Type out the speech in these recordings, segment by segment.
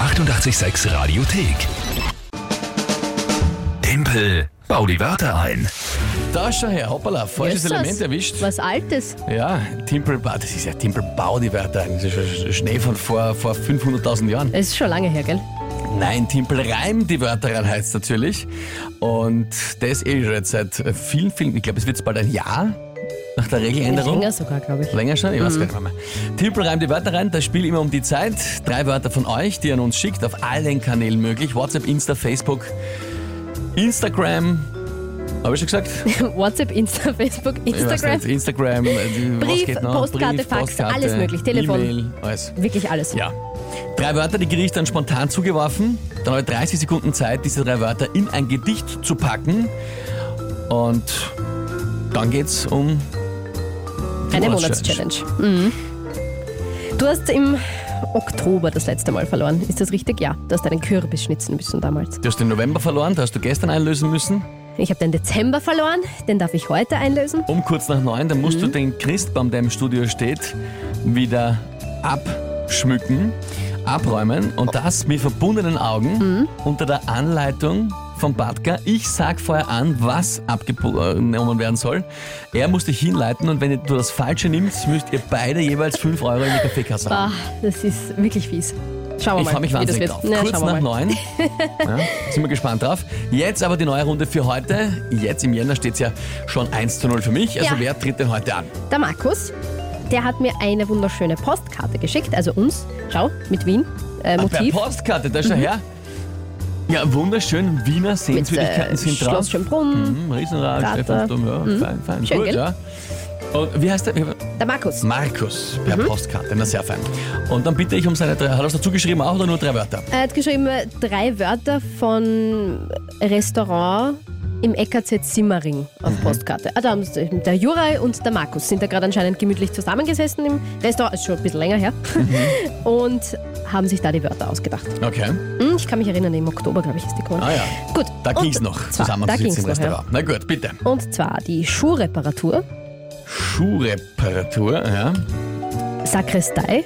886 Radiothek. Tempel, bau die Wörter ein. Da ist schon her, hoppala, falsches Ist das Element erwischt. Was Altes. Ja, Timpelbau, das ist ja Timpelbau, die Wörter ein. Das ist ja Schnee von vor, vor 500.000 Jahren. Es ist schon lange her, gell? Nein, Timpelreim, die Wörter rein heißt natürlich. Und das eh schon jetzt seit vielen, vielen, ich glaube, es wird jetzt bald ein Jahr nach der Regeländerung. Länger Mhm. sogar, glaube ich. Länger schon? Ich weiß gar nicht mehr. Tippel reimt die Wörter rein, das Spiel immer um die Zeit. Drei Wörter von euch, die ihr an uns schickt, auf allen Kanälen möglich. WhatsApp, Insta, Facebook, Instagram. Habe ich schon gesagt? WhatsApp, Insta, Facebook, Ich weiß Instagram. Nicht. Instagram, äh, die- was Brief, geht noch? Postkarte, Brief, Fax, Postkarte, alles möglich. Telefon. E-Mail, alles. Wirklich alles. Ja. Drei Wörter, die kriege ich dann spontan zugeworfen. Dann habe ich 30 Sekunden Zeit, diese drei Wörter in ein Gedicht zu packen. Und dann geht's um die Eine Monatschallenge. Mhm. Du hast im Oktober das letzte Mal verloren. Ist das richtig? Ja. Du hast einen Kürbis schnitzen müssen damals. Du hast den November verloren, da hast du gestern einlösen müssen. Ich habe den Dezember verloren. Den darf ich heute einlösen. Um kurz nach neun, dann Mhm. musst du den Christbaum, der im Studio steht, wieder abschmücken, abräumen und das mit verbundenen Augen Mhm. unter der Anleitung von Batka. Ich sag vorher an, was abgenommen werden soll. Er muss dich hinleiten und wenn du das Falsche nimmst, müsst ihr beide jeweils fünf Euro in die Kaffeekasse haben. Ah, das ist wirklich fies. Schauen wir Ich mal, freue mich wie Oh das wahnsinnig wird. drauf. Ja, Kurz schauen wir nach mal. neun. Ja, sind wir gespannt drauf. Jetzt aber die neue Runde für heute. Jetzt im Jänner steht es ja schon 1 zu 0 für mich. Also Ja. wer tritt denn heute an? Der Markus, der hat mir eine wunderschöne Postkarte geschickt. Also uns. Schau, mit Wien. Äh, Ah, Per Motiv. Mhm. Postkarte, da ist er her. Ja, wunderschön. Wiener Mit Sehenswürdigkeiten äh, sind drauf. Schloss Schönbrunn. Hm, Riesenrad, Prater. Stephansdom, ja, fein, fein. mhm. Schön, Gut, gell? ja. Und wie heißt der? Der Markus. Markus per Mhm. Postkarte. Na, sehr fein. Und dann bitte ich um seine drei. Hat er es dazu geschrieben auch oder nur drei Wörter? Er hat geschrieben, äh, drei Wörter von Restaurant im E EKZ Simmering auf Mhm. Postkarte. Ah, da haben sie, der Juraj und der Markus sind da gerade anscheinend gemütlich zusammengesessen im Restaurant, ist schon ein bisschen länger her, Mhm. und haben sich da die Wörter ausgedacht. Okay. Hm, Ich kann mich erinnern, im Oktober, glaube ich, ist die Krone. Ah ja. Gut. Da und ging es noch, zwar- da zusammenzusitzen im ging's noch, ja. Restaurant. Na gut, bitte. Und zwar die Schuhreparatur, Schuhreparatur, ja. Sakristei,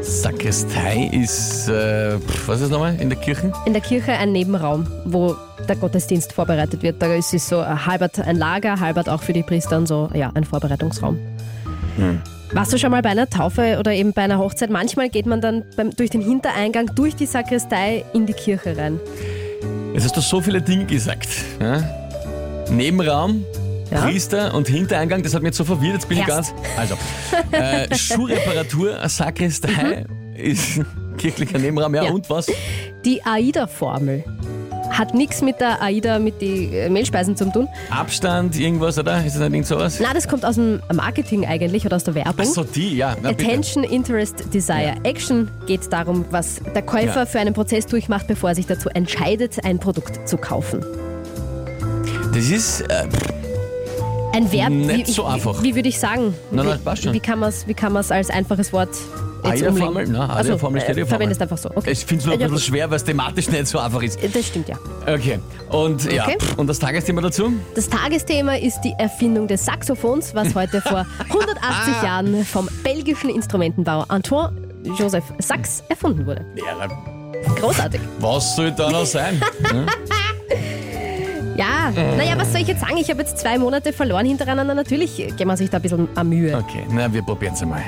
Sakristei ist, äh, pf, was ist nochmal, in der Kirche? in der Kirche ein Nebenraum, wo der Gottesdienst vorbereitet wird. Da ist es so äh, halbert ein Lager, halbert auch für die Priester und so, ja, ein Vorbereitungsraum. Warst du schon mal bei einer Taufe oder eben bei einer Hochzeit? Manchmal geht man dann beim, durch den Hintereingang, durch die Sakristei in die Kirche rein. Jetzt hast du so viele Dinge gesagt. Ja? Nebenraum, Ja. Priester und Hintereingang, das hat mich jetzt so verwirrt, jetzt bin ich Erst. ganz... Also, äh, Schuhreparatur, Sakristei ist kirchlicher Nebenraum, ja, Mhm. Ja. und was? Die AIDA-Formel hat nichts mit der AIDA, mit den äh, Mehlspeisen zu tun. Abstand, irgendwas, oder? Ist das nicht irgend sowas? Na, das kommt aus dem Marketing eigentlich oder aus der Werbung. Ach so, die, ja. Na, bitte. Attention, Interest, Desire. Action geht darum, was der Käufer Ja. für einen Prozess durchmacht, bevor er sich dazu entscheidet, ein Produkt zu kaufen. Das ist, äh, Ein Verb, Nicht wie, so ich- einfach. Wie, wie würde ich sagen? Nein, nein, wie, passt schon. Wie kann man es wie kann man's als einfaches Wort jetzt AIDA-Formel? umlegen? Nein, Ach so, AIDA-Formel steht eh äh, Formel. Verwendest einfach so. Okay. ich finde es nur ein Ja, bisschen schwer, weil es thematisch nicht so einfach ist. gut. Das stimmt ja. Okay, und ja, Okay. pf, und das Tagesthema dazu? Das Tagesthema ist die Erfindung des Saxophons, was heute vor 180 Ah. Jahren vom belgischen Instrumentenbauer Antoine Joseph Sachs erfunden wurde. Ja, Großartig. was soll da noch sein? Ja, naja, was soll ich jetzt sagen? Ich habe jetzt zwei Monate verloren hintereinander. Natürlich äh, geht man sich da ein bisschen an Mühe. Okay, na, wir probieren es einmal.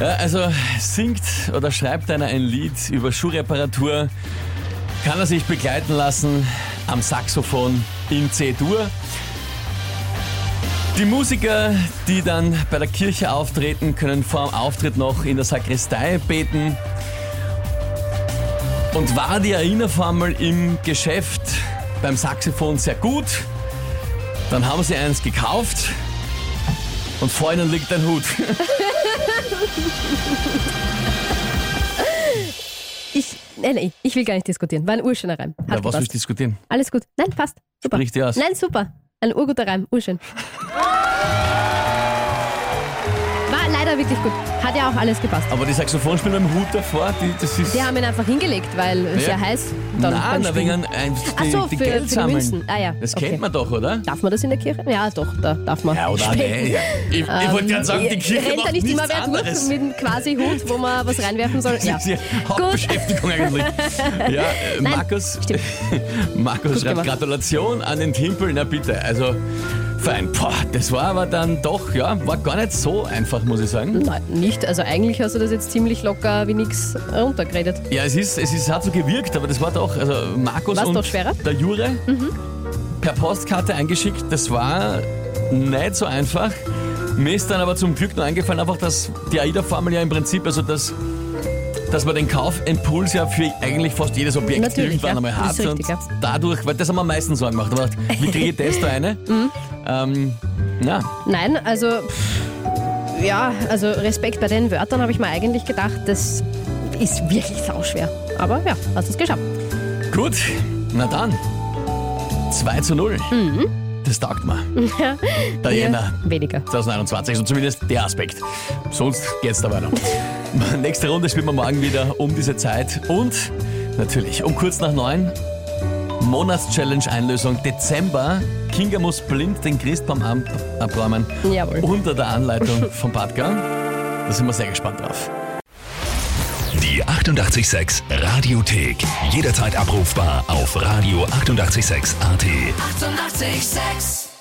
Ja, also singt oder schreibt einer ein Lied über Schuhreparatur, kann er sich begleiten lassen am Saxophon in C-Dur. Die Musiker, die dann bei der Kirche auftreten, können vor dem Auftritt noch in der Sakristei beten. Und war die Erinnerformel im Geschäft beim Saxophon sehr gut, dann haben sie eins gekauft und vor ihnen liegt ein Hut. Ich, nein, nein, ich will gar nicht diskutieren. War ein urschöner Reim. Hat Na, was willst gepasst. du diskutieren? Alles gut. Nein, passt. Super. Sprich dir aus. Nein, super. Ein urguter Reim. Urschön. War leider war wirklich gut. Hat ja auch alles gepasst. Aber die Saxophonspieler mit dem Hut davor, die, das ist. Die haben ihn einfach hingelegt, weil es ja, Ja. heiß dann Nein, beim na, Spielen. wegen ein, ein, Ach die, so, die für, für Geld die sammeln. Münzen. Ah ja, Das okay. kennt man doch, oder? Darf man das in der Kirche? Ja, doch, da darf man. Ja, oder? spenden. Nee, ja. Ich, ich wollte gerade sagen, die Kirche Ähm, Rennt da macht nicht nichts immer wer anderes. durch mit einem quasi Hut, wo man was reinwerfen soll? Ja. Das ist ja Hauptbeschäftigung eigentlich. Ja, äh, Nein, Markus, stimmt. Markus schreibt gemacht. Gratulation an den Timpel, na bitte. Also, fein. Boah, das war aber dann doch, ja, war gar nicht so einfach, muss ich sagen. Nein, nicht. Also eigentlich hast du das jetzt ziemlich locker wie nix runtergeredet. Ja, es ist, es ist, hat so gewirkt, aber das war doch, also Markus War's und doch schwerer? Mhm. der Jure per Postkarte eingeschickt, das war nicht so einfach. Mir ist dann aber zum Glück nur eingefallen, einfach, dass die AIDA-Formel ja im Prinzip, also das dass man den Kaufimpuls ja für eigentlich fast jedes Objekt Natürlich, irgendwann ja. einmal Das hat. ist richtig, und ja. dadurch, weil das haben wir am meisten Sorgen gemacht. Aber wie kriege ich das da eine? Mhm. ähm, ja, Nein, also pff, ja, also Respekt bei den Wörtern habe ich mir eigentlich gedacht, das ist wirklich sauschwer. Aber ja, hast es geschafft. gut. Na dann. 2 zu 0. Mhm. Das taugt mir. Diana, Weniger. 2021, so Also zumindest der Aspekt. Sonst geht's da weiter. Nächste Runde spielen wir morgen wieder um diese Zeit und natürlich um kurz nach neun Monatschallenge-Einlösung Dezember. Kinga muss blind den Christbaum ab- abräumen. Jawohl. Unter der Anleitung von Patka. Da sind wir sehr gespannt drauf. Die 886 Radiothek. Jederzeit abrufbar auf radio886.at. 886! 886